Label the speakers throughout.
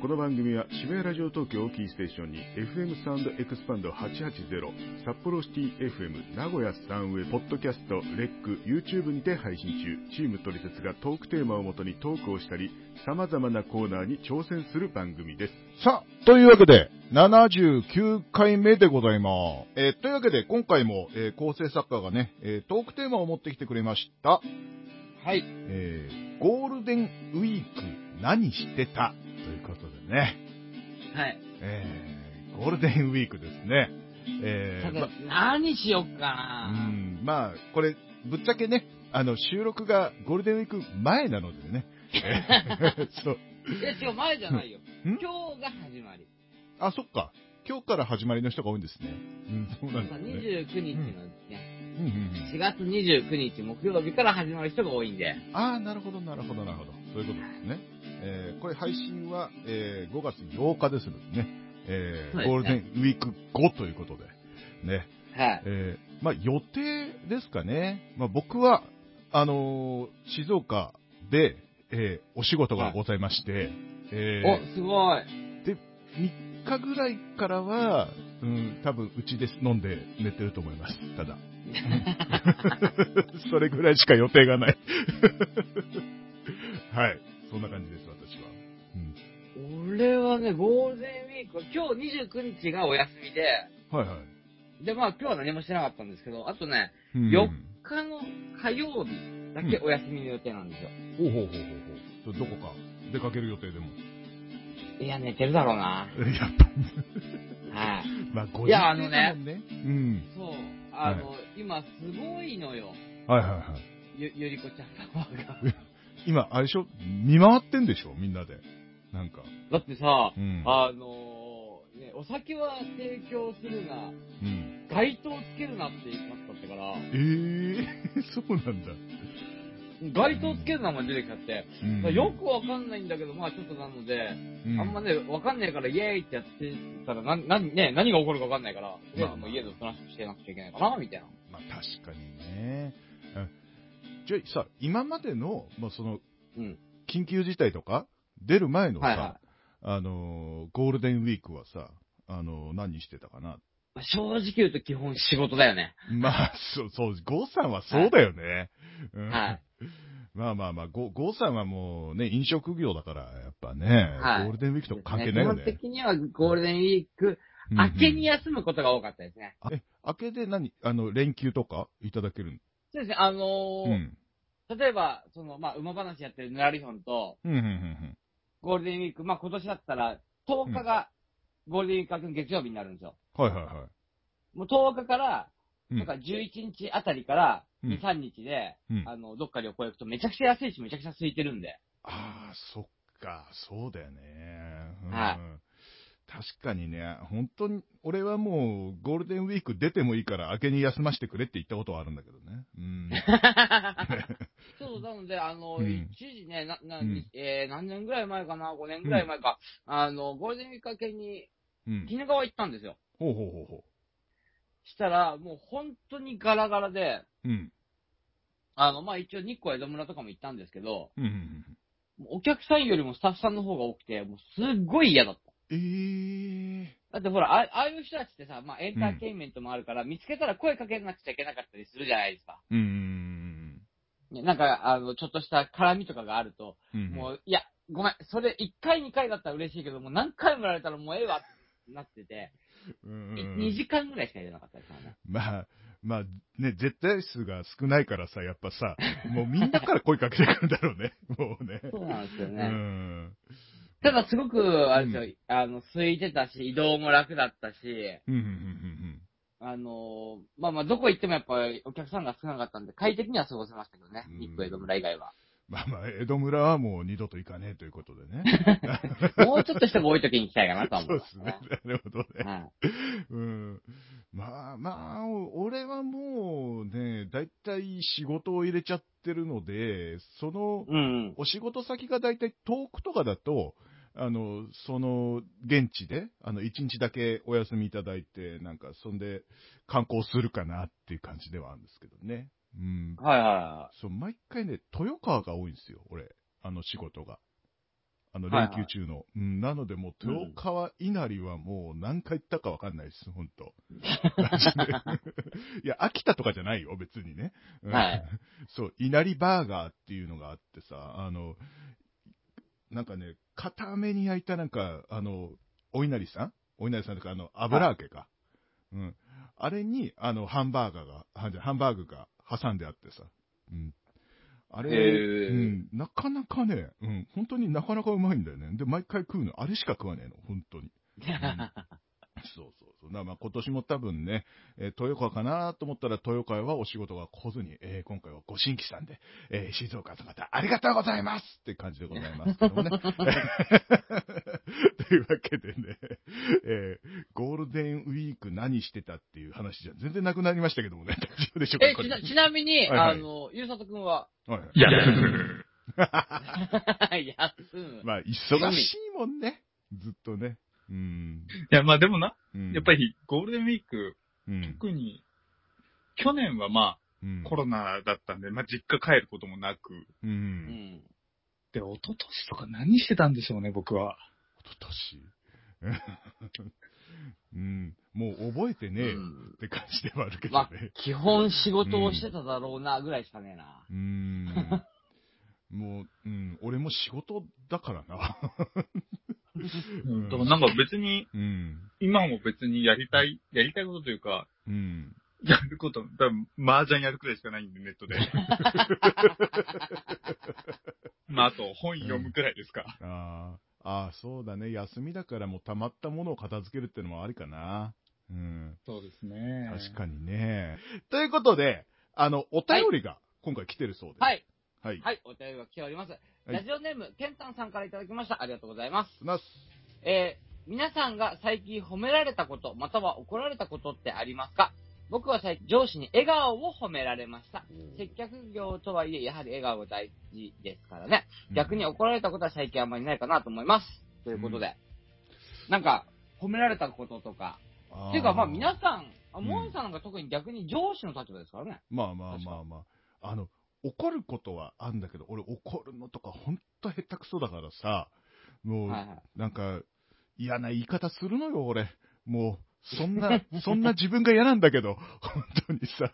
Speaker 1: この番組は渋谷ラジオ東京をキーステーションに FM サウンドエクスパンド880札幌シティ FM 名古屋サンウェイポッドキャストレック YouTube にて配信中チームトリセツがトークテーマをもとにトークをしたり様々なコーナーに挑戦する番組です
Speaker 2: さあ、というわけで、79回目でございます。えーというわけで、今回も、えー構成作家がね、えートークテーマを持ってきてくれました。
Speaker 3: はい。
Speaker 2: えーゴールデンウィーク何してたということでね、
Speaker 3: はい。
Speaker 2: えーゴールデンウィークですね。え
Speaker 3: だ
Speaker 2: ー
Speaker 3: か
Speaker 2: ま
Speaker 3: ら、何しよっか
Speaker 2: う
Speaker 3: な、
Speaker 2: ん、まあ、これ、ぶっちゃけね、あの、収録がゴールデンウィーク前なので ね。えーそう。
Speaker 3: いや、違う、前じゃないよ。
Speaker 2: ん
Speaker 3: 今日が始まり。
Speaker 2: あ、そっか。今日から始まりの人が多いんですね。うん、そうなんですね。
Speaker 3: 29日のね、
Speaker 2: うんうんうん
Speaker 3: 4月29日木曜日から始まる人が多いんで。
Speaker 2: ああ、なるほど、なるほど、なるほど。そういうことですね。えーこれ配信は、えー5月8日ですのでね、えーゴ
Speaker 3: そ
Speaker 2: ー
Speaker 3: う
Speaker 2: ル
Speaker 3: です
Speaker 2: デ
Speaker 3: ね
Speaker 2: ンウィーク後ということで、ね、
Speaker 3: はい。
Speaker 2: えーまあ予定ですかね。まあ僕は、あのー静岡で、えーお仕事がございまして、え
Speaker 3: お、すごい。
Speaker 2: ー、3日ぐらいからは、うん、多分うちで飲んで寝てると思います。ただ。 それぐらいしか予定がない。 はい。そんな感じです、私は。
Speaker 3: 俺はね、ゴールデンウィークは、今日29日がお休みで、
Speaker 2: はいはい。
Speaker 3: で、まあ今日は何もしてなかったんですけど、あとね、
Speaker 2: うん
Speaker 3: よっ他の火曜日だけお休みの予定なんですよ。
Speaker 2: ほうほうほうほうほう。どこか出かける予定でも。
Speaker 3: いや、寝てるだろうな。
Speaker 2: やっぱり。
Speaker 3: はい。
Speaker 2: まあ、ご
Speaker 3: いやあのね
Speaker 2: 時間だもんね。うん。
Speaker 3: そう。あの、今すごいのよ。
Speaker 2: はいはいはい。
Speaker 3: ゆ、ゆりこちゃんパパが。
Speaker 2: 今、あれでしょ見回ってんでしょみんなで。なんか。
Speaker 3: だってさ、
Speaker 2: うん。
Speaker 3: あのーね、お酒は提供するな、
Speaker 2: うん、
Speaker 3: 街灯つけるなってなったったから、
Speaker 2: ええ そうなんだ。
Speaker 3: 街灯つけるなも出てきちゃって、
Speaker 2: うん
Speaker 3: よくわかんないんだけど、まあちょっとなので、
Speaker 2: うん
Speaker 3: あんまね、わかんないからイエーイってやってたら、な、な、ね、何が起こるかわかんないから、とりあえずもう家でおとなしくしてなくちゃいけないかな、みたいな。
Speaker 2: まあ確かにね。うんじゃあさ、今までの、まあその、
Speaker 3: うん。
Speaker 2: 緊急事態とか、出る前のさ、
Speaker 3: はいは
Speaker 2: あのー、ゴールデンウィークはさ、あのー、何してたか な。
Speaker 3: い。正直言うと基本仕事だよね。
Speaker 2: まあ、そう、そう、ゴーさんはそうだよね。うん
Speaker 3: はい。
Speaker 2: まあまあまあ、ゴゴーさんはもうね、飲食業だから、やっぱね、
Speaker 3: はい
Speaker 2: ゴールデンウィークと関係ないよ
Speaker 3: 基本。
Speaker 2: ね
Speaker 3: 的にはゴールデンウィーク、
Speaker 2: うん
Speaker 3: 明けに休むことが多かったですね。
Speaker 2: あえ、明けで何あの、連休とかいただける
Speaker 3: そうですね、あの
Speaker 2: の
Speaker 3: ー
Speaker 2: うん。
Speaker 3: 例えば、その、まあ、馬話やってるヌラリヒョンと、
Speaker 2: うん、うん、うん
Speaker 3: ゴールデンウィーク、まあ、今年だったら、10日が、ゴールデンウィークの月曜日になるんですよ。
Speaker 2: うん。はいはいは
Speaker 3: もう10日から、
Speaker 2: うん
Speaker 3: なんか11日あたりから、
Speaker 2: うん
Speaker 3: 2、3日で、
Speaker 2: い。うん、あ
Speaker 3: あの、どっか旅行行くとめちゃくちゃ安いし、めちゃくちゃ空いてるん で。
Speaker 2: あー、そっか、そうだよね。うん
Speaker 3: はい
Speaker 2: 確かにね、本当に、俺はもう、ゴールデンウィーク出てもいいから、明けに休ませてくれって言ったことはあるんだけどね。 うん。
Speaker 3: そう、なので、あの、
Speaker 2: うん
Speaker 3: 一時ね、な、な、
Speaker 2: うん
Speaker 3: えー何年ぐらい前かな、5年ぐらい前か、あの、ゴールデンウィーク明けに、
Speaker 2: うん。
Speaker 3: 鬼怒川行ったんですよ。
Speaker 2: ほうほうほうほ
Speaker 3: したら、もう本当にガラガラで、
Speaker 2: う。うん。
Speaker 3: あの、まあ、一応日光江戸村とかも行ったんですけど、
Speaker 2: うんうんうん。
Speaker 3: もうお客さんよりもスタッフさんの方が多くて、もうすっごい嫌だった。
Speaker 2: ええ
Speaker 3: だってほら、あああいう人たちってさ、まあ、エンターテインメントもあるから、見つけたら声かけなくちゃいけなかったりするじゃないですか。
Speaker 2: ー。うん
Speaker 3: ねなんか、あの、ちょっとした絡みとかがあると、
Speaker 2: うんうん。うん
Speaker 3: もう、いや、ごめん、それ1回2回だったら嬉しいけど、もう何回もやられたらもうええわってなってて、
Speaker 2: うん、
Speaker 3: い
Speaker 2: うん
Speaker 3: 2時間ぐらいしかやれなかったですからね。
Speaker 2: まあ、まあね、絶対数が少ないからさ、やっぱさ、もうみんなから声かけてくるんだろう ね、もうね。
Speaker 3: そうなんですよ
Speaker 2: う
Speaker 3: ね。
Speaker 2: ん。
Speaker 3: ただすごく、あれですよ、あの、空いてたし、移動も楽だったし、
Speaker 2: うん、うん、うん、
Speaker 3: あのーまあまあ、どこ行ってもやっぱりお客さんが少なかったんで、快適には過ごせましたけどね
Speaker 2: うん。
Speaker 3: 日光江戸村以外は。
Speaker 2: まあまあ、江戸村はもう二度と行かねえということでね。
Speaker 3: もうちょっと人が多い時に行きたいかなとは
Speaker 2: そ
Speaker 3: 思
Speaker 2: う
Speaker 3: い
Speaker 2: で
Speaker 3: ますす
Speaker 2: ね
Speaker 3: ね。。
Speaker 2: なるほどね。
Speaker 3: はい
Speaker 2: うん。まあまあ、お俺はもうね、だいたい仕事を入れちゃってるので、その、
Speaker 3: うんうん。
Speaker 2: お仕事先が大体遠くとかだと、あの、その、現地で、あの、一日だけお休みいただいて、なんか、そんで、観光するかなっていう感じではあるんですけどね。うん。
Speaker 3: はいは
Speaker 2: そう、毎回ね、豊川が多いんですよ、俺。あの仕事が。あの、
Speaker 3: はいは
Speaker 2: 連
Speaker 3: い
Speaker 2: 休中の。うん、なので、もう、
Speaker 3: うん
Speaker 2: 豊川稲荷はもう何回行ったかわかんないです、ほんと。 いや、秋田とかじゃないよ、別にね。うん
Speaker 3: はい。
Speaker 2: そう、稲荷バーガーっていうのがあってさ、あの、なんかね、固めに焼いたなんか、あの、お稲荷さんお稲荷さんとか、あの、油揚げか。うん。あれに、あの、ハンバーガーが、はじゃハンバーグが挟んであってさ。うん。あれ、
Speaker 3: へー
Speaker 2: うん、なかなかね、うん、本当になかなかうまいんだよね。で、毎回食うの、あれしか食わねえの、本当に。そうそうそう。なまあ今年も多分ね、えー豊川かなと思ったら豊川はお仕事が来ずに、えー今回はご新規さんで、えー静岡の方ありがとうございますって感じでございますけども ね。というわけでね、えーゴールデンウィーク何してたっていう話じゃ全然なくなりましたけどもね。大丈夫でしょうか
Speaker 3: え、
Speaker 2: これ
Speaker 3: ちな、ちなみに、
Speaker 2: はいは
Speaker 3: あ
Speaker 2: い
Speaker 3: の、ゆうさとくんは、
Speaker 2: はいはい
Speaker 4: いや、
Speaker 3: 休む。
Speaker 2: まあ忙しいもんね。ずっとね。うん。
Speaker 4: いや、まあでもな、
Speaker 2: うん
Speaker 4: やっぱ、りゴールデンウィーク、
Speaker 2: うん、
Speaker 4: 特に、去年はま
Speaker 2: うん
Speaker 4: あコロナだったんで、まあ実家帰ることもなく、
Speaker 2: う。
Speaker 3: うんん。
Speaker 4: で、一昨年とか何してたんでしょうね、僕は。
Speaker 2: 一昨年 うん。もう覚えてねえよって感じではあるけど
Speaker 3: まあ
Speaker 2: ね。、
Speaker 3: 基本仕事をしてただろうな、ぐらいしかねえな。
Speaker 2: うーん。もう、うん、俺も仕事だからな。
Speaker 4: だからなんか別に、
Speaker 2: うん。
Speaker 4: 今も別にやりたい、やりたいことというか、
Speaker 2: うん。
Speaker 4: やること、だから麻雀やるくらいしかないんで、ネッ トで。まあ、あと本読むくらいですか。
Speaker 2: あーあー、そうだね。休みだからもう溜まったものを片付けるってのもありかな。うん。
Speaker 4: そうですね
Speaker 2: 確かにね。ということで、あの、お便りが今回来てるそうです。。
Speaker 3: はいい。
Speaker 2: はい。
Speaker 3: はい、お便りが来ております。ラジオネーム、ケンタンさんからいただきました。ありがとうございます。
Speaker 2: なす。
Speaker 3: えー皆さんが最近褒められたこと、または怒られたことってありますか僕は最近上司に笑顔を褒められました。接客業とはいえ、やはり笑顔が大事ですからね。逆に怒られたことは最近あんまりないかなと思います。ということで。なんか、褒められたこととか。
Speaker 2: あー
Speaker 3: っていうか、まあ皆さん、あ
Speaker 2: うん
Speaker 3: モンさんなんか特に逆に上司の立場ですからね。
Speaker 2: まあまあ
Speaker 3: 確か
Speaker 2: まあまあ。あの、怒ることはあんだけど、俺怒るのとかほんと下手くそだからさ、もう、
Speaker 3: はいはい。
Speaker 2: なんか、嫌な言い方するのよ、俺。もう、そん な、そんな自分が嫌なんだけど、本当にさ、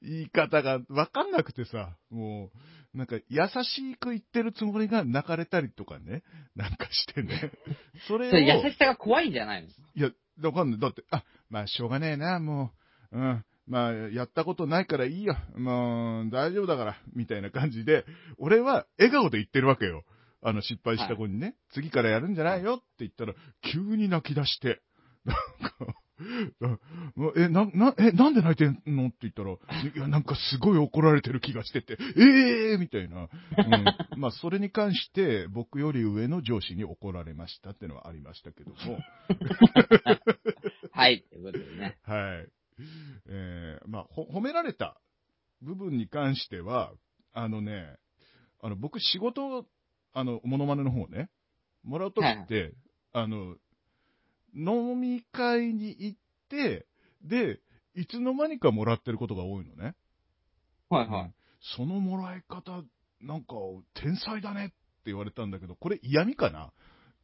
Speaker 2: 言い方がわかんなくてさ、もう、なんか優しく言ってるつもりが泣かれたりとかね、なんかし てね。それを
Speaker 3: そ、れ優しさが怖いんじゃないの
Speaker 2: いや、わかんない。だって、あ、まあ、しょうがねえな、もう。うん。まあ、やったことないからいいよ。もう、大丈夫だから。みたいな感じで、俺は笑顔で言ってるわけよ。あの、失敗した子にね、次からやるんじゃないよって言ったら、急に泣き出して。なんか、もうえ、な、な、え、なんで泣いてんのって言ったら、いや、なんかすごい怒られてる気がしてて、ええー、みたいな。うん、まあ、それに関して、僕より上の上司に怒られましたってのはありましたけども。
Speaker 3: はい、ということでね。
Speaker 2: はい。えー、まあ、ほ褒められた部分に関しては、あのね、あの、僕仕事、あの、モノマネの方ね、もらうときって、あの、飲み会に行って、で、いつの間にかもらってることが多いのね。
Speaker 3: はいはい。
Speaker 2: そのもらい方、なんか、天才だねって言われたんだけど、これ嫌味かな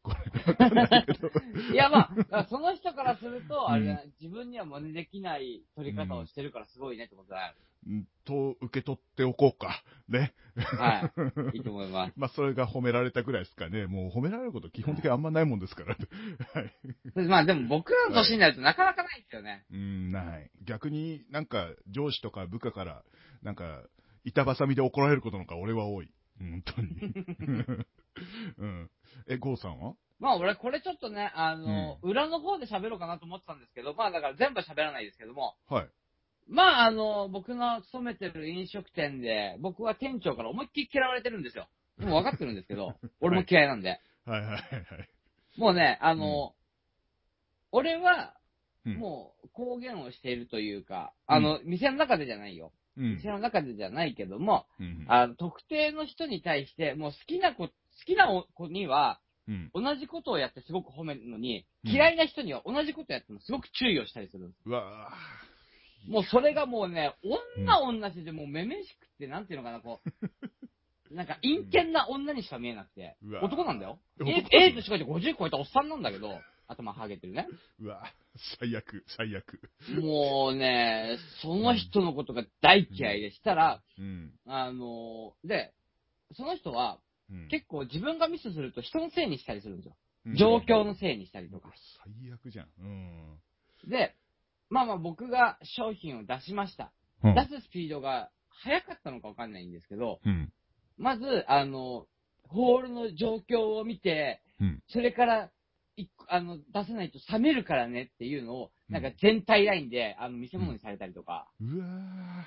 Speaker 2: これ、わかんないけど。
Speaker 3: いや、まあ、だからその人からすると、あれだな、自分には真似できない取り方をしてるからすごいねってことだよ。
Speaker 2: うんと、受け取っておこうか。ね。
Speaker 3: はい。いいと思います。
Speaker 2: まあ、それが褒められたくらいですかね。もう褒められること基本的にあんまないもんですから。はい。
Speaker 3: まあでも僕らの年になるとなかなかないですよね。
Speaker 2: うん、ない。逆になんか上司とか部下から、なんか、板挟みで怒られることの方が俺は多い。本当に。うん。え、ゴーさんは
Speaker 3: まあ俺これちょっとね、あの、裏の方で喋ろうかなと思ってたんですけど、まあだから全部は喋らないですけども、
Speaker 2: はい。
Speaker 3: まああの、僕の勤めてる飲食店で、僕は店長から思いっきり嫌われてるんですよ。もう分かってるんですけど、俺も嫌いなんで。
Speaker 2: はいはいはいはい。
Speaker 3: もうね、あの、俺は、
Speaker 2: うん
Speaker 3: もう、公言をしているというか、あの、店の中でじゃないよ。
Speaker 2: うん
Speaker 3: 店。の中でじゃないけども、
Speaker 2: うん。
Speaker 3: あの、特定の人に対して、もう好きな子、好きな子には、
Speaker 2: うん。
Speaker 3: 同じことをやってすごく褒めるのに、
Speaker 2: うん
Speaker 3: 嫌いな人には同じことやってもすごく注意をしたりする。
Speaker 2: うわ
Speaker 3: もうそれがもうね、女同じでもうめめしくって、なんていうのかな、こう、 なんか陰険な女にしか見えなくて
Speaker 2: う、わ
Speaker 3: 男なんだよ。
Speaker 2: う
Speaker 3: え
Speaker 2: わ
Speaker 3: ええとしか言って50超えたおっさんなんだけど、頭ハゲてるね。
Speaker 2: うわ、最悪、最悪。
Speaker 3: もうね、その人のことが大嫌いでしたら、
Speaker 2: うん。
Speaker 3: あのーで、その人は
Speaker 2: うん
Speaker 3: 結構自分がミスすると人のせいにしたりするんですよ。
Speaker 2: うん
Speaker 3: 状況のせいにしたりとか。
Speaker 2: 最悪じゃん。うん。
Speaker 3: で、まあまあ僕が商品を出しました。
Speaker 2: うん
Speaker 3: 出すスピードが速かったのかわかんないんですけど、
Speaker 2: うん。
Speaker 3: まず、あの、ホールの状況を見て、
Speaker 2: うん
Speaker 3: それから、一個あの、出さないと冷めるからねっていうのを、なんか全体ラインで、あの、見せ物にされたりとか、
Speaker 2: うわ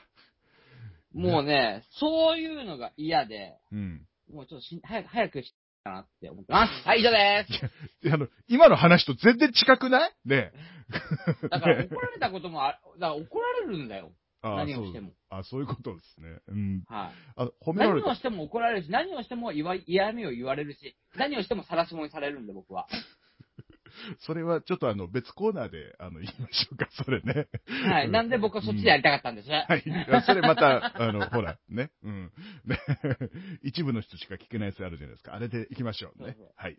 Speaker 2: うん
Speaker 3: もうね、そういうのが嫌で、
Speaker 2: ーうん。
Speaker 3: もうちょっとし早く、早くしたなって思ってます。はい、以上です。
Speaker 2: いやあの、今の話と全然近くないねえ。
Speaker 3: だから怒られたこともあ、 だから怒られるんだよ。
Speaker 2: ああ、
Speaker 3: 何を
Speaker 2: そ
Speaker 3: して
Speaker 2: う。
Speaker 3: も。
Speaker 2: あそういうことですね。うん。
Speaker 3: はい、
Speaker 2: あ、褒めら
Speaker 3: 何
Speaker 2: れ
Speaker 3: を
Speaker 2: た。
Speaker 3: しても怒られるし、何をしても言わ嫌味を言われるし、何をしても晒し者にされるんで、僕は。
Speaker 2: それはちょっとあの、別コーナーで、あの、言いましょうか、そ れね。
Speaker 3: はい。なんで僕はそっちでやりたかったんです。
Speaker 2: はい。それまた、あの、ほら、ね。うん。ね 一部の人しか聞けないやつあるじゃないですか。あれで行きましょう
Speaker 3: そ
Speaker 2: ね
Speaker 3: うそう。
Speaker 2: はい。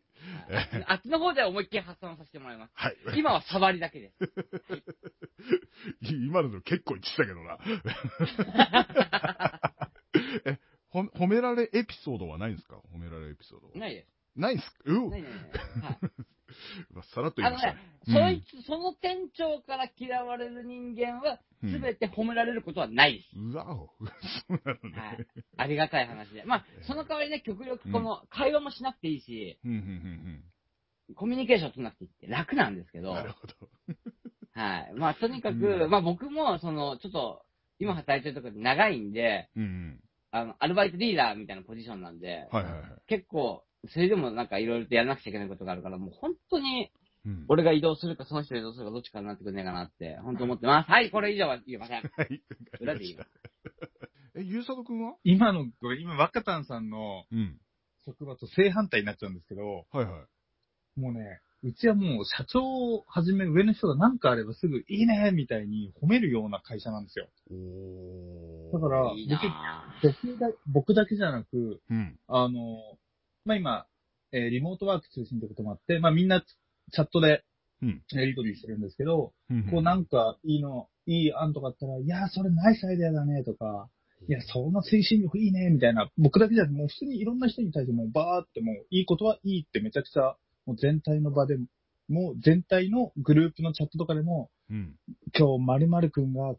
Speaker 3: はいあっちの方で思いっきり発散させてもらいます。
Speaker 2: はい。
Speaker 3: 今は触りだけです。
Speaker 2: 今の結構言ってたけど な。 え、ほ褒められエピソードはないんですか褒められエピソードは。
Speaker 3: ないで
Speaker 2: ないんすか
Speaker 3: す。
Speaker 2: うん
Speaker 3: ないないない。はい
Speaker 2: さらっと言
Speaker 3: あ
Speaker 2: い
Speaker 3: の
Speaker 2: ました
Speaker 3: ね
Speaker 2: ね。、
Speaker 3: そいつ、その店長から嫌われる人間は、
Speaker 2: うん
Speaker 3: すべて褒められることはないです。
Speaker 2: うわお。 そうなのね。
Speaker 3: はい。ありがたい話で。まあ、その代わりね、極力この、会話もしなくていいし、
Speaker 2: うんうんうん
Speaker 3: コミュニケーション取らなくていいって楽なんですけ
Speaker 2: う
Speaker 3: ど、
Speaker 2: ん。な
Speaker 3: はい
Speaker 2: る。ほど。
Speaker 3: まあ、とにか
Speaker 2: う
Speaker 3: く、
Speaker 2: ん
Speaker 3: まあ僕も、その、ちょっと、今働いてるところで長いんで、
Speaker 2: うんうん。
Speaker 3: あの、アルバイトリーダーみたいなポジションなんで、
Speaker 2: はいはいはい。
Speaker 3: 結構、それでもなんかいろいろとやらなくちゃいけないことがあるから、もう本当に、
Speaker 2: うん
Speaker 3: 俺が移動するか、その人が移動するか、どっちかになってくんねえかなって、本当思ってます。はい、これ以上は言えません。
Speaker 2: はい。
Speaker 3: 裏で言う。
Speaker 2: え、ゆうさとくんは
Speaker 4: 今の、ごめん今、若丹さんの
Speaker 2: うん。
Speaker 4: 職場と正反対になっちゃうんですけど、
Speaker 2: はいはい。
Speaker 4: もうね、うちはもう社長をはじめ上の人が何かあればすぐいいねみたいに褒めるような会社なんですよ。
Speaker 2: お
Speaker 4: だから、
Speaker 3: いい
Speaker 4: 別に
Speaker 3: な
Speaker 4: 僕だ僕だけじゃなく、
Speaker 2: うん。
Speaker 4: あの、まあ、今、えーリモートワーク中心ってこともあって、まあ、みんなチャットで
Speaker 2: うん
Speaker 4: やりとりしてるんですけど、
Speaker 2: うん
Speaker 4: こうなんかいいの、いい案とかあったら、いやー、それナイスアイデアだねとか、いや、そんな推進力いいねみたいな、僕だけじゃなくて、もう普通にいろんな人に対してもうバーってもういいことはいいってめちゃくちゃ、もう全体の場でも、もう全体のグループのチャットとかでも、
Speaker 2: うん。
Speaker 4: 今日〇〇くんが、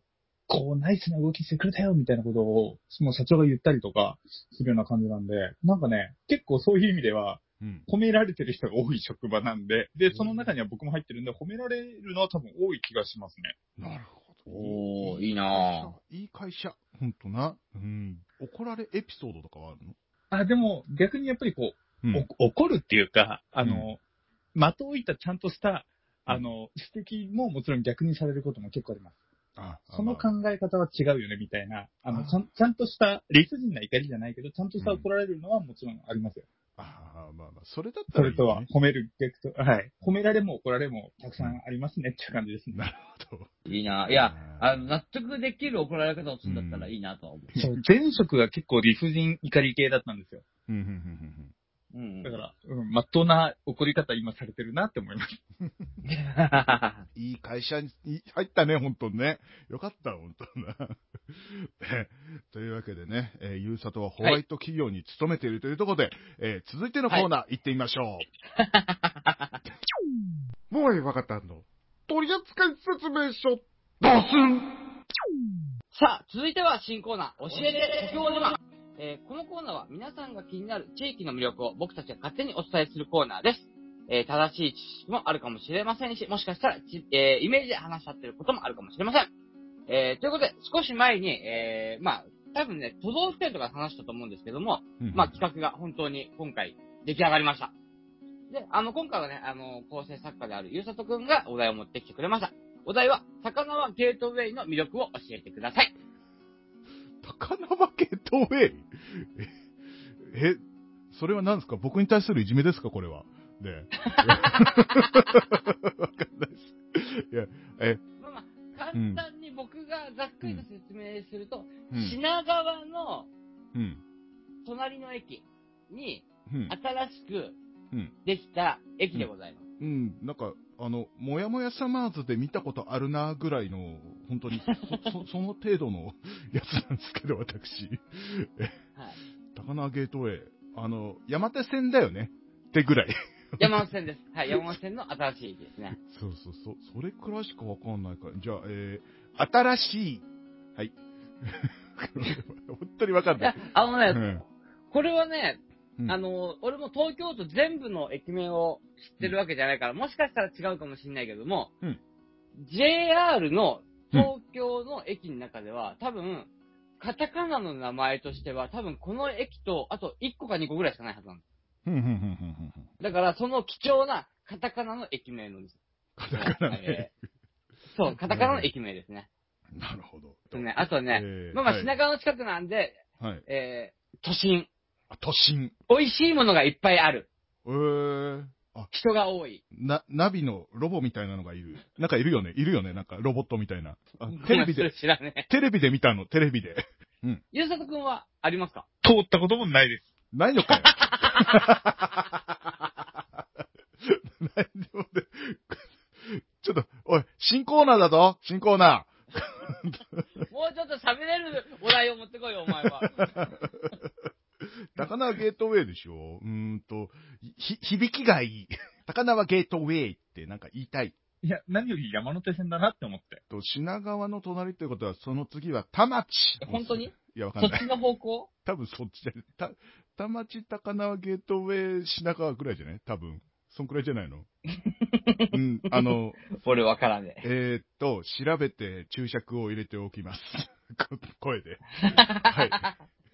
Speaker 4: こうナイスな動きしてくれたよみたいなことを、もう社長が言ったりとかするような感じなんで、なんかね、結構そういう意味では、
Speaker 2: うん。
Speaker 4: 褒められてる人が多い職場なんで、で、その中には僕も入ってるんで、褒められるのは多分多い気がしますね。
Speaker 2: なるほど。
Speaker 3: おーいいなぁ
Speaker 2: いい会社。ほんとな。うん。怒られエピソードとかはあるの
Speaker 4: あ、でも逆にやっぱりこ
Speaker 2: う
Speaker 4: う、
Speaker 2: ん。
Speaker 4: お怒るっていうか、あ
Speaker 2: うん
Speaker 4: の、的を置いたちゃんとした、あの、指摘ももちろん逆にされることも結構あります。
Speaker 2: あ
Speaker 4: その考え方は違うよね、みたいな。あ
Speaker 2: あ
Speaker 4: の、ちゃんちゃんとした、理不尽な怒りじゃないけど、ちゃんとした怒られるのはもちろんありますよ。
Speaker 2: ああ、まあまあ、それだった
Speaker 4: そ
Speaker 2: ら
Speaker 4: れ
Speaker 2: いい、ね。
Speaker 4: とは、褒める逆と、はい。褒められも怒られもたくさんありますねっていう感じですね。
Speaker 2: なるほど。
Speaker 3: いいないや、あの、納得できる怒られ方をするんだったらいいなとは思う。
Speaker 4: そう、前職が結構理不尽怒り系だったんですよ。
Speaker 2: うん、うん、うん、
Speaker 3: うん。
Speaker 4: だから、うん、まっとうな怒り方今されてるなって思います。
Speaker 3: ら。
Speaker 2: うん。いい会社にい入ったね、本当にね。よかった、本当な。 ねというわけでね、えー、ゆうさとはホワイト企業に勤めているというところで、えー続いてのコーナー、行ってみましょ
Speaker 1: もうええわかったの。取扱説明書、ドスン
Speaker 3: さあ、続いては新コーナー、教えて、国語島。えーこのコーナーは皆さんが気になる地域の魅力を僕たちが勝手にお伝えするコーナーです。えー正しい知識もあるかもしれませんし、もしかしたらち、えーイメージで話し合ってることもあるかもしれません。えーということで、少し前に、えーまあ、多分ね、都道府県とか話したと思うんですけども、
Speaker 2: う。うん
Speaker 3: まあ、企画が本当に今回出来上がりました。で、あの、今回はね、あの、構成作家であるゆうさとくんがお題を持ってきてくれました。お題は、魚はゲートウェイの魅力を教えてください。
Speaker 2: 高輪ゲートウェイ え、えそれは何ですか僕に対するいじめですかこれは。で。 わかんないです。いや、え、
Speaker 3: まあまあ、簡単に僕がざっくりと説明すると、
Speaker 2: うん
Speaker 3: 品川の
Speaker 2: うん。
Speaker 3: 隣の駅に、
Speaker 2: うん。
Speaker 3: 新しく
Speaker 2: うん
Speaker 3: できた駅でございます。
Speaker 2: うん、なんか、あの、もやもやサマーズで見たことあるなぐらいの、本当に、そ、 そその程度のやつなんですけど、私。
Speaker 3: はい。
Speaker 2: 高輪ゲートウェイ。あの、山手線だよねってぐらい。
Speaker 3: 山手線です。はい、山手線の新しい駅ですね。
Speaker 2: そうそうそう。それくらいしかわかんないから。じゃあ、えー、新しい。はい。 本当にわかん
Speaker 3: い
Speaker 2: な
Speaker 3: や
Speaker 2: い。、
Speaker 3: あのね、
Speaker 2: うん
Speaker 3: これはね、
Speaker 2: うん
Speaker 3: あの、俺も東京都全部の駅名を知ってるわけじゃないから、もしかしたら違うかもしれないけども、
Speaker 2: うん
Speaker 3: JR の東京の駅の中では、多分、カタカナの名前としては、多分この駅と、あと1個か2個ぐらいしかないはずなんで
Speaker 2: ふんふんふんふんふんふん。
Speaker 3: す。だから、その貴重なカタカナの駅名のです。
Speaker 2: カタカナね。
Speaker 3: えーそう、カタカナの駅名ですね。
Speaker 2: なるほど。
Speaker 3: そうね、あとね、
Speaker 2: えー
Speaker 3: まあまあ
Speaker 2: はい
Speaker 3: 品川の近くなんで、
Speaker 2: はい。
Speaker 3: えー都心。
Speaker 2: あ都心。
Speaker 3: 美味しいものがいっぱいある。
Speaker 2: えー、あ、
Speaker 3: 人が多い。
Speaker 2: な、ナビのロボみたいなのがいる。なんかいるよね、いるよね、なんかロボットみたいな。あテレビで、
Speaker 3: 知らねえ。
Speaker 2: テレビで見たの、テレビで。
Speaker 3: ゆうさとくんはありますか
Speaker 4: 通ったこともないです。
Speaker 2: ないのかよ。 ないのでちょっと、おい、新コーナーだぞ新コーナ
Speaker 3: もうちょっと喋れるお題を持ってこいよ、お前 は。
Speaker 2: ー高輪ゲートウェイでしょうーんと、ひ、響きがいい。高輪ゲートウェイってなんか言いたい。
Speaker 4: いや、何より山手線だなって思って。
Speaker 2: と、品川の隣ということは、その次は田町。
Speaker 3: 本当に
Speaker 2: いや、わかん
Speaker 3: そ
Speaker 2: ない
Speaker 3: っ。ちの方向
Speaker 2: 多分そっちじゃない。た、田町、高輪、ゲートウェイ、品川ぐらいじゃない多分。そんくらいじゃ ないのうん、あの、
Speaker 3: 俺わからね
Speaker 2: えー、っと、調べて注釈を入れておきます。 こ声で。はい。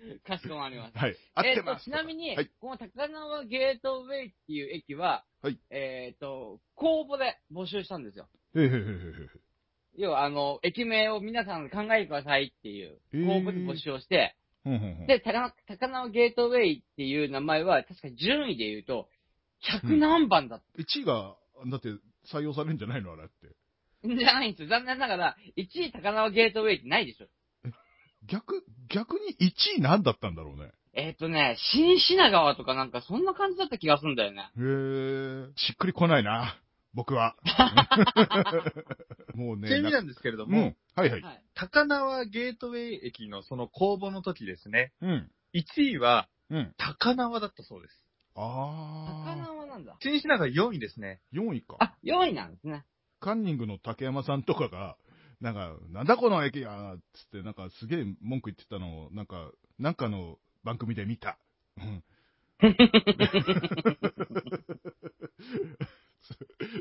Speaker 3: え。かしこまりまし
Speaker 2: はい。合
Speaker 3: た。
Speaker 2: っ
Speaker 3: え
Speaker 2: て
Speaker 3: っと
Speaker 2: ま、す。
Speaker 3: ちなみに、
Speaker 2: はい
Speaker 3: この高輪ゲートウェイっていう駅は、
Speaker 2: はい
Speaker 3: えっと、公募で募集したんですよ。
Speaker 2: えーへーへーへーへー
Speaker 3: 要は、あの、駅名を皆さん考えてくださいっていう、
Speaker 2: え
Speaker 3: 公
Speaker 2: ー
Speaker 3: 募で募集をして、
Speaker 2: ほんほんほん
Speaker 3: で、高輪高輪ゲートウェイっていう名前は、確かに順位で言うと、100何番だっ
Speaker 2: 1位が、だって採用されるんじゃないのあれって。
Speaker 3: た、じゃないんですよ。残念ながら、1位高輪ゲートウェイってないでしょ。
Speaker 2: 逆、逆に1位何だったんだろうね。
Speaker 3: えっ、とね、新品川とかなんかそんな感じだった気がするんだよね。
Speaker 2: へーしっくりこないな。僕は。もうね。
Speaker 4: ちなみになんですけれど
Speaker 2: う
Speaker 4: も、
Speaker 2: ん。はいはい。
Speaker 3: はい。
Speaker 4: 高輪ゲートウェイ駅のその公募の時ですね、
Speaker 2: うん。
Speaker 4: 1位は
Speaker 2: うん。
Speaker 4: 高輪だったそうです。
Speaker 3: 高
Speaker 2: ああ。
Speaker 3: 輪なんだ。
Speaker 4: 新品が4位ですね。
Speaker 2: 4位か。
Speaker 3: あ、4位なんですね。
Speaker 2: カンニングの竹山さんとかが、なんか、なんだこの駅やつって、なんかすげえ文句言ってたのを、なんか、なんかの番組で見た。うん。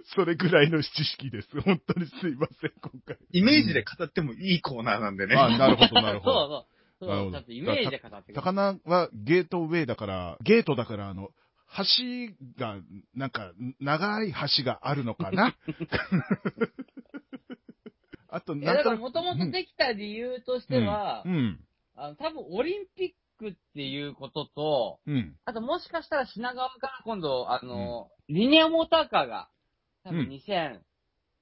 Speaker 2: そそれぐらいの知識です。本当にすいません、今回。
Speaker 4: イメージで語ってもいいコーナーなんでね。
Speaker 2: あなるほど、なるほ
Speaker 3: そ
Speaker 2: ど。
Speaker 3: うそう。
Speaker 2: な
Speaker 3: そ
Speaker 2: る
Speaker 3: う、
Speaker 2: ほど
Speaker 3: だってイメージで語ってくれる。
Speaker 2: 魚はゲートウェイだから、ゲートだから、あの、橋が、なんか、長い橋があるのか なあと、
Speaker 3: いや、
Speaker 2: なん
Speaker 3: だか
Speaker 2: とな
Speaker 3: ら
Speaker 2: く
Speaker 3: もともとできた理由としては、
Speaker 2: うん。
Speaker 3: あの、多分オリンピックっていうことと、
Speaker 2: うん。
Speaker 3: あともしかしたら品川から今度、あの、リニアモーターカーが、多
Speaker 2: うん
Speaker 3: 分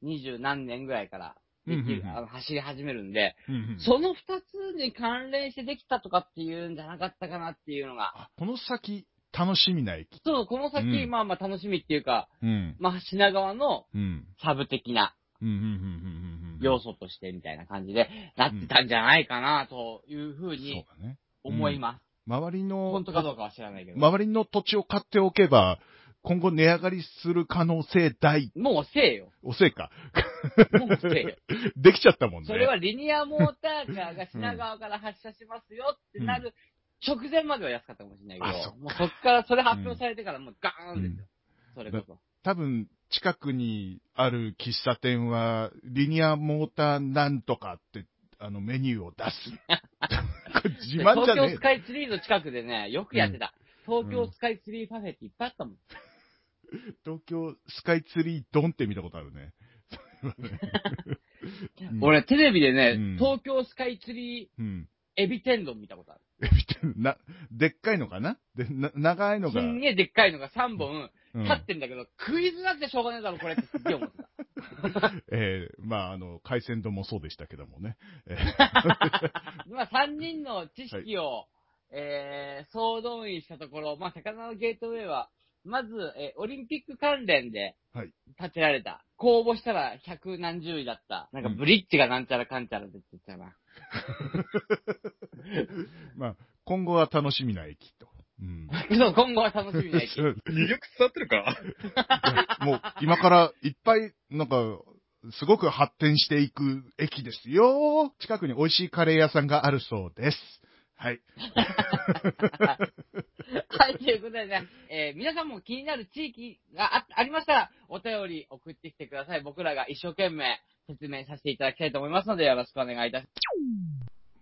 Speaker 3: 2020何年ぐらいから、できる
Speaker 2: うんうんうん
Speaker 3: あの走り始めるんで、
Speaker 2: うんうん
Speaker 3: その二つに関連してできたとかっていうんじゃなかったかなっていうのが、
Speaker 2: あこの先、楽しみな駅。
Speaker 3: そう、この先、
Speaker 2: うん
Speaker 3: まあまあ楽しみっていうか、
Speaker 2: うん。
Speaker 3: まあ品川の
Speaker 2: うん。
Speaker 3: サブ的な
Speaker 2: うん。うん。うん。うん。
Speaker 3: 要素としてみたいな感じで、なってたんじゃないかなというふう
Speaker 2: そう
Speaker 3: に
Speaker 2: だね。
Speaker 3: 思います。
Speaker 2: 周りの
Speaker 3: 本、当かどうかは知らないけど。
Speaker 2: 周りの土地を買っておけば、今後値上がりする可能性大。
Speaker 3: もうせえよ。
Speaker 2: おせいか。
Speaker 3: もうせえ よ。
Speaker 2: できちゃったもんね。
Speaker 3: それはリニアモーターカーが品川から発車しますよってなる直前までは安かったかもしれない
Speaker 2: あ
Speaker 3: け
Speaker 2: そ
Speaker 3: ど
Speaker 2: っ、
Speaker 3: もうそっからそれ発表されてからもうガーンですよ。それこそ。
Speaker 2: 多分、近くにある喫茶店は、リニアモーターなんとかって、あの、メニューを 出す。これ自
Speaker 3: で
Speaker 2: 慢じゃ
Speaker 3: 東京
Speaker 2: ね
Speaker 3: スカイツリーの近くでね、よくやってた。東京スカイツリーパフェっていっぱいあったもん。
Speaker 2: え。東京スカイツリードンって見たことあるね。うん
Speaker 3: 俺、テレビでね、
Speaker 2: うん
Speaker 3: 東京スカイツリー
Speaker 2: うん。
Speaker 3: エビ天丼見たことある。
Speaker 2: エビ天 な、でっかいのかなで、な、長いの
Speaker 3: す
Speaker 2: が。
Speaker 3: んげえでっかいのが3本
Speaker 2: うん
Speaker 3: 立ってんだけど、食いづらくてしょうがねえだろ、これってすっげえ思 ってた。
Speaker 2: えーまあ、あの、海鮮丼もそうでしたけどもね。
Speaker 3: 今3人の知識をえー、総動員したところ、まあ、魚のゲートウェイは、まず、えーオリンピック関連で
Speaker 2: はい、
Speaker 3: 立てられた、公募したら百何十位だった。なんか、ブリッジがなんちゃらかんちゃらって言ってたな。
Speaker 2: まあ、今後は楽しみな駅と。うん。
Speaker 3: そう、今後は楽しみな駅。
Speaker 2: そう
Speaker 5: 魅力伝わってるか
Speaker 2: もう、今からいっぱい、なんか、すごく発展していく駅ですよ。近くに美味しいカレー屋さんがあるそうです。はい。
Speaker 3: はい、ということでね、えー皆さんも気になる地域があありましたら、お便り送ってきてください。僕らが一生懸命説明させていただきたいと思いますので、よろしくお願いいたします。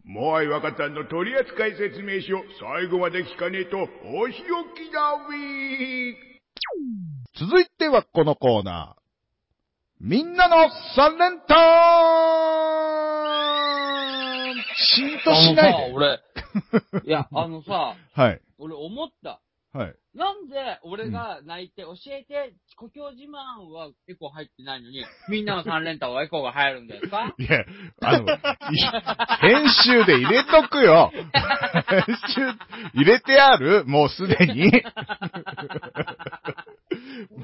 Speaker 1: モアイ若ちゃんの取扱説明書、最後まで聞かねえと、お仕置きだウィーク
Speaker 2: 続いてはこのコーナー。みんなの三連単シーンとしない
Speaker 3: あのさ
Speaker 2: で。
Speaker 3: 俺。いや、あのさ、
Speaker 2: はい。
Speaker 3: 俺思った。
Speaker 2: はい。
Speaker 3: なんで俺が泣いて教えて、故郷自慢はエコ入ってないのに、みんなの3連単はエコが入るんですか
Speaker 2: いや、あの、い編集で入れとくよ。編集、入れてあるもうすでに。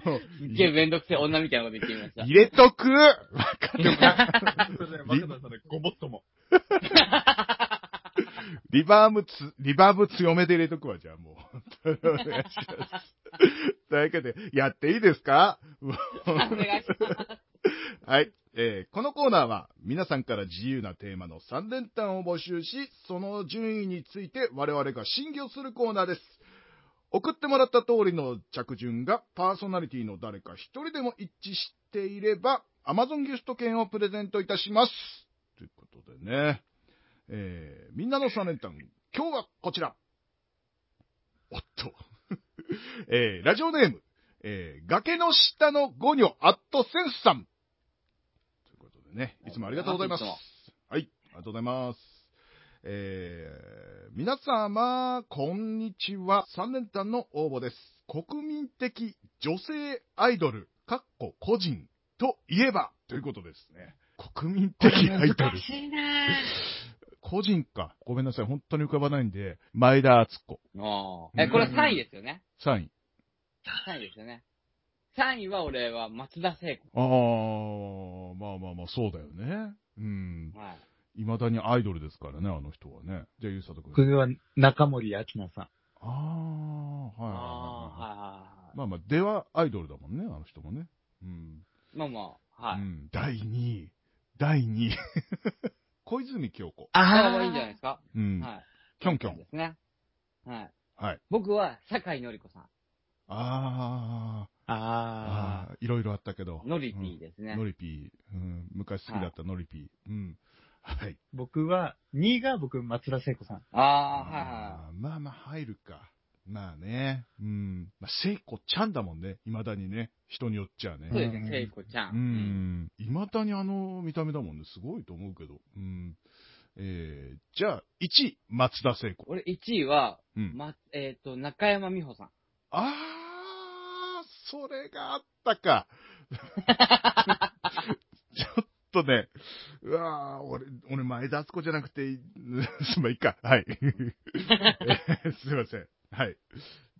Speaker 2: もう
Speaker 3: すっげえめんどくせえ女みたいなこと言ってみました。
Speaker 2: 入れとくわかる
Speaker 5: それね、若田さんね、ごもっとも。
Speaker 2: リバーブつ、リバーブ強めで入れとくわ、じゃあもう。 お願いします。というわけで、やっていいですか
Speaker 3: お願いします。
Speaker 2: はい。えーこのコーナーは皆さんから自由なテーマの3連単を募集し、その順位について我々が審議をするコーナーです。送ってもらった通りの着順がパーソナリティの誰か一人でも一致していれば、Amazon ギフト券をプレゼントいたします。ということでね、えーみんなの3連単、今日はこちら。おっと。 えーラジオネーム、えー崖の下のゴニョアットセンスさん。ということでね、いつもありがとうございま
Speaker 3: い
Speaker 2: す。
Speaker 3: つも
Speaker 2: はい、ありがとうございます。えー、皆様、こんにちは。3連単の応募です。国民的女性アイドル、かっこ個人といえば、ということですね。国民的アイドル。
Speaker 3: しいね
Speaker 2: 個人か。ごめんなさい、本当に浮かばないんで、前田敦子、
Speaker 3: え、これ3位ですよね。
Speaker 2: 3位。
Speaker 3: 3位ですよね。3位は俺は松田聖子。
Speaker 2: あー、まあまあまあ、そうだよね。うん。
Speaker 3: はい。
Speaker 2: 未だにアイドルですからね、あの人はね。じゃあ、ゆうさとくん。
Speaker 6: 僕は中森明菜さん。
Speaker 2: あー、
Speaker 3: あ
Speaker 2: はいはいはいはい。
Speaker 3: あ、はいはいはい。
Speaker 2: まあまあ、ではアイドルだもんね、あの人もね。うん。
Speaker 3: まあまあ、は
Speaker 2: う
Speaker 3: い。
Speaker 2: ん、第2位。第2位。小泉京子。
Speaker 3: ああ、まあいいんじゃないですか。
Speaker 2: うん。
Speaker 3: はい。
Speaker 2: キョンキョン
Speaker 3: で。すね。はい。
Speaker 2: はい。
Speaker 3: 僕は、酒井のり子さ
Speaker 2: あー
Speaker 6: あ
Speaker 2: あー、いろいろあったけど。
Speaker 3: ん。のりぴーです
Speaker 2: う
Speaker 3: ね。
Speaker 2: ん。ノリピー。うん。昔好きだったノリピー。うん。はい。
Speaker 6: 僕は、2位が僕、松田聖子さん。
Speaker 3: ああ、はいは
Speaker 2: あーまあまあ、入るか。まあね。うん。まあ、聖子ちゃんだもんね。未だにね。人によっちゃね。
Speaker 3: い。そうですね、聖子ちゃ。
Speaker 2: うんん。いまだにあの見た目だもんね。すごいと思うけど。うん。えー、じゃあ、1位、松田聖子。
Speaker 3: 俺1位は、
Speaker 2: うん。
Speaker 3: ま、えっ、と、中山美穂さん。
Speaker 2: あー、それがあった か。ちょっとね、うわー、俺、俺前田敦子じゃなくていい、まあ、いいか。 はい。えーすいません。はい。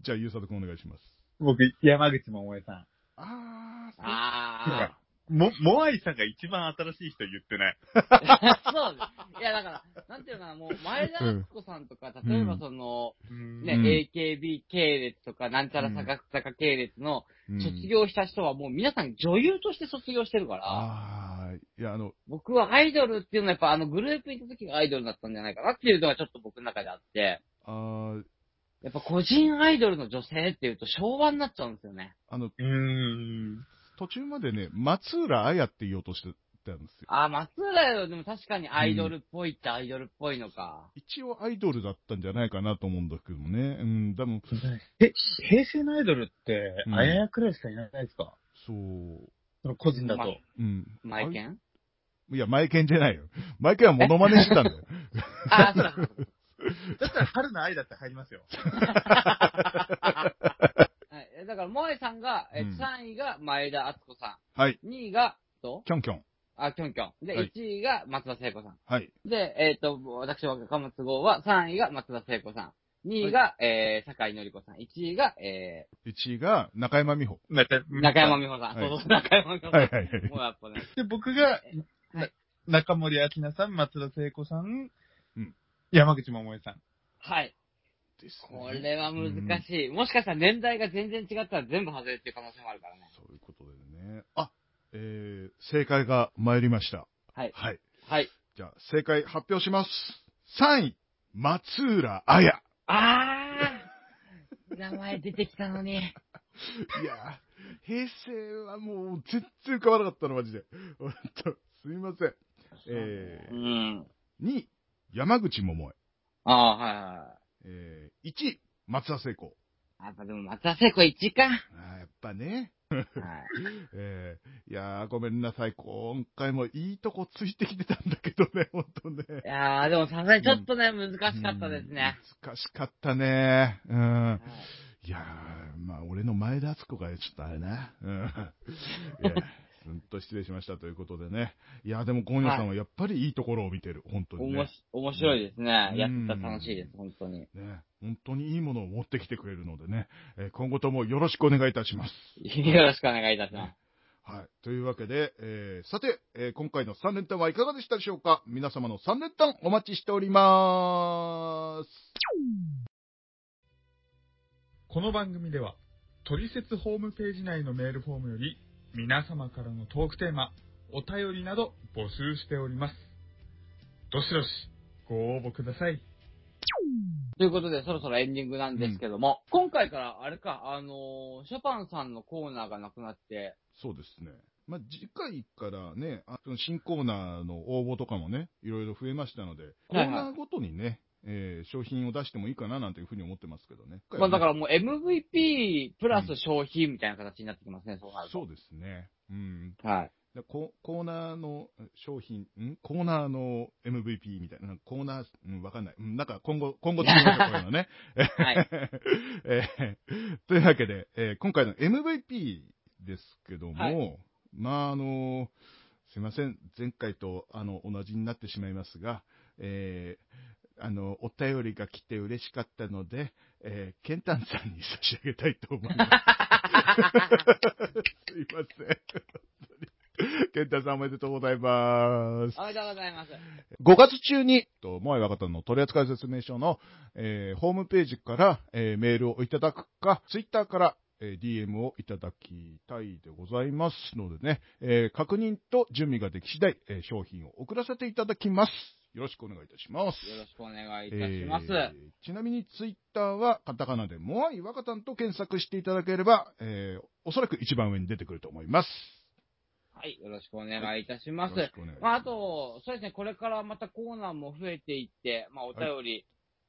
Speaker 2: じゃあ、ゆうさとくんお願いします。
Speaker 6: 僕、山口百恵さん。
Speaker 2: あー、そう
Speaker 3: あ
Speaker 5: も、モアイさんが一番新しい人言ってない。
Speaker 3: あ。そうです。いや、だから、なんていうのかな、もう、前田敦子さんとか、例えばその、ね、
Speaker 2: うん
Speaker 3: AKB 系列とか、なんちゃら坂坂系列の
Speaker 2: うん
Speaker 3: 卒業した人は、もう皆さん女優として卒業してるから、
Speaker 2: あー、いや、あの、
Speaker 3: 僕はアイドルっていうのはやっぱあのグループにいた時がアイドルだったんじゃないかなっていうのがちょっと僕の中であって、
Speaker 2: あー、
Speaker 3: やっぱ個人アイドルの女性っていうと昭和になっちゃうんですよね。
Speaker 2: あの、
Speaker 5: うーん。
Speaker 2: 途中までね、松浦綾って言おうとしてたんですよ。
Speaker 3: あー、松浦よ、でも確かにアイドルっぽいってアイドルっぽいのか。
Speaker 2: 一応アイドルだったんじゃないかなと思うんだけどもね。うん、でも、
Speaker 6: え、平成のアイドルって
Speaker 2: う、ん
Speaker 6: あややくらいしかいないですか、
Speaker 2: そう、
Speaker 6: その個人だと。
Speaker 3: ま
Speaker 2: うん。
Speaker 3: マイケン
Speaker 2: いや、マイケンじゃないよ。マイケンはモノマネしてた んだよ。
Speaker 3: あー、そうだそうだそう
Speaker 5: だったら春の愛だって入りますよ。
Speaker 3: だ。はい、だから、萌えさんが、え
Speaker 2: うん
Speaker 3: 3位が前田敦子さ
Speaker 2: はい。
Speaker 3: ん、2位が、と
Speaker 2: キョンキョン。
Speaker 3: あ、きょんきょん。で、
Speaker 2: はい
Speaker 3: 1位が松田聖子さん。
Speaker 2: はい。
Speaker 3: で、えっ、と、私、若松号は3位が松田聖子さん。 2位が、えー、坂井のり子さん。1位が、え
Speaker 2: 1位が中山美穂。
Speaker 5: ま た
Speaker 3: ー、中山美穂さん。
Speaker 2: はい
Speaker 3: そうそう、中山美穂さん。
Speaker 2: はいはいはい
Speaker 3: もうやっぱね。
Speaker 5: で、僕が、な中森明菜さん、松田聖子さん、
Speaker 2: うん
Speaker 5: 山口百恵さん。
Speaker 3: はい。
Speaker 2: ですね
Speaker 3: これは難しい。もしかしたら年代が全然違ったら全部外れっていう可能性もあるからね。
Speaker 2: そういうことでね。あ、えー、正解が参りました。
Speaker 3: はい。
Speaker 2: はい。
Speaker 3: はい。
Speaker 2: じゃあ、正解発表します。3位、松浦綾。いや
Speaker 3: あー名前出てきたのに。
Speaker 2: ー、平成はもう全然変わらなかったの、マジで。ほんとすみません。え
Speaker 3: うん。
Speaker 2: ー、2位、山口百恵。
Speaker 3: ああ、はいはいはい。
Speaker 2: えー、1位、松田聖子。
Speaker 3: やっぱでも松田聖子1位か。はい。
Speaker 2: あーやっぱね。えー、いやー、ごめんなさい。今回もいいとこついてきてたんだけどね、ほ んとね。
Speaker 3: いやー、でもさすがにちょっとね、難しかったですね。
Speaker 2: うん。難しかったね。うん
Speaker 3: は。い
Speaker 2: いやー、まあ、俺の前田敦子がちょっとあれな。うん。いや、ほんと失礼しましたということでね。いやー、でも、ゴンヨさんはやっぱりいいところを見てる。本当
Speaker 3: お
Speaker 2: に
Speaker 3: も
Speaker 2: ね。
Speaker 3: し面白いですね
Speaker 2: う。ん
Speaker 3: やったら楽しいです、本当に。
Speaker 2: ね本当にいいものを持ってきてくれるのでね。えー今後ともよろしくお願いいたします。
Speaker 3: よろしくお願いいたします。
Speaker 2: はい。というわけで、えー、さて、えー今回の3連単はいかがでしたでしょうか皆様の3連単お待ちしておりまーす。
Speaker 5: この番組では、トリセツホームページ内のメールフォームより、皆様からのトークテーマ、お便りなど募集しております。どしどし、ご応募ください。
Speaker 3: ということで、そろそろエンディングなんですけども、今回から、あれか、あのーショパンさんのコーナーがなくなって、
Speaker 2: そうですね。まあ、次回からね、あその新コーナーの応募とかもね、いろいろ増えましたので、コ
Speaker 3: はいはい
Speaker 2: ーナーごとにね、えー商品を出してもいいかななんていうふうに思ってますけどね。
Speaker 3: まあだからもう MVP プラス商品みたいな形になってきますね、そうなる
Speaker 2: そ
Speaker 3: と。
Speaker 2: うですね。うん。
Speaker 3: はい。
Speaker 2: だココーナーの商品、んコーナーの MVP みたいな、なんかコーナー、うん、わかんない。うん、なんか今後、今後作りましょうこういうのね。
Speaker 3: はい。
Speaker 2: えーというわけで、えー今回の MVP ですけども、
Speaker 3: は
Speaker 2: まあ、あのすいません、前回とあの同じになってしまいますが、えーあの、お便りが来て嬉しかったので、えーケンタンさんに差し上げたいと思います。すいません。ケンタンさんおめでとうございます。
Speaker 3: おめでとうございます。
Speaker 2: 5月中に、と、萌え若田の取扱説明書の、えーホームページから、えーメールをいただくか、ツイッターから、えー DM をいただきたいでございますのでね、えー確認と準備ができ次第、えー商品を送らせていただきます。よろしくお願いいたします。
Speaker 3: よろしくお願いいたします。
Speaker 2: えーちなみにツイッターはカタカナでモアイワカタンと検索していただければ、えーおそらく一番上に出てくると思います。
Speaker 3: はい。よろしくお願いいたします。
Speaker 2: よろしくお願いし
Speaker 3: まあ、
Speaker 2: ま
Speaker 3: あ
Speaker 2: す。
Speaker 3: と、そうですね、これからまたコーナーも増えていって、まあ、お便り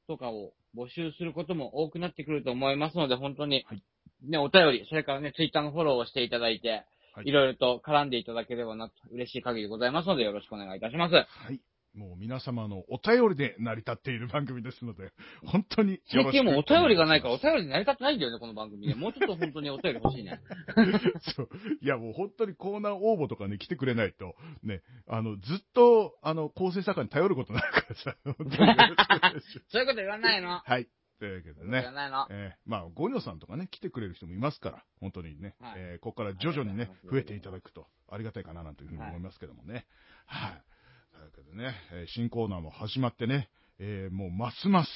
Speaker 3: とかを募集することも多くなってくると思いますので、本当に、
Speaker 2: はい
Speaker 3: ね、お便り、それからね、ツイッターのフォローをしていただいて、
Speaker 2: はい
Speaker 3: い、ろいろと絡んでいただければなと、嬉しい限りでございますので、よろしくお願いいたします。
Speaker 2: はい。もう皆様のお便りで成り立っている番組ですので、 本当によ
Speaker 3: 最
Speaker 2: ろし
Speaker 3: 近
Speaker 2: くお
Speaker 3: も
Speaker 2: 願
Speaker 3: うお
Speaker 2: します
Speaker 3: 便りがないから、お便り成り立ってないんだよね、この番組で。もうちょっと本当にお便り欲しい ね。
Speaker 2: そう。いや、もう本当にコーナー応募とかね、来てくれないと、ね、あの、ずっと、あの、構成作家に頼ることになるからさ、本当によろしく お願い します
Speaker 3: そういうこと言わないの。
Speaker 2: はい。というわけで
Speaker 3: 言わ
Speaker 2: ね。
Speaker 3: ないの。
Speaker 2: えーまあ、ゴニョさんとかね、来てくれる人もいますから、本当にね、
Speaker 3: はい
Speaker 2: えーここから徐々にね
Speaker 3: ありがとう、ございます
Speaker 2: 増えていただくと、ありがたいかななんていうふうに思いますけどもね。はい。というわけでね、えー新コーナーも始まってね、えーもうますます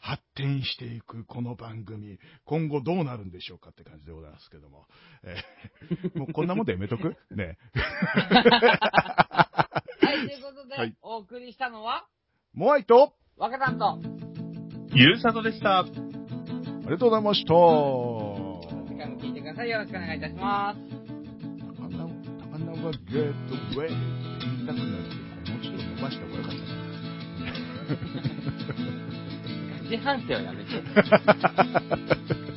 Speaker 2: 発展していくこの番組、今後どうなるんでしょうかって感じでございますけども。え ーもうこんなもんでやめとくね。
Speaker 3: はい、ということで、
Speaker 2: はい
Speaker 3: お送りしたのは、
Speaker 2: モアイと、
Speaker 3: 若旦と、
Speaker 5: ゆうさとでした。
Speaker 2: ありがとうございました。
Speaker 3: 次回も聞いてください。よろしくお願いいたします。
Speaker 2: 高輪高輪ゲートウェイって言いたくなるけど、もうちょっと伸ばした方がよか
Speaker 3: 自販
Speaker 2: ったな。
Speaker 3: 機はやめて。
Speaker 2: Ha ha ha ha ha.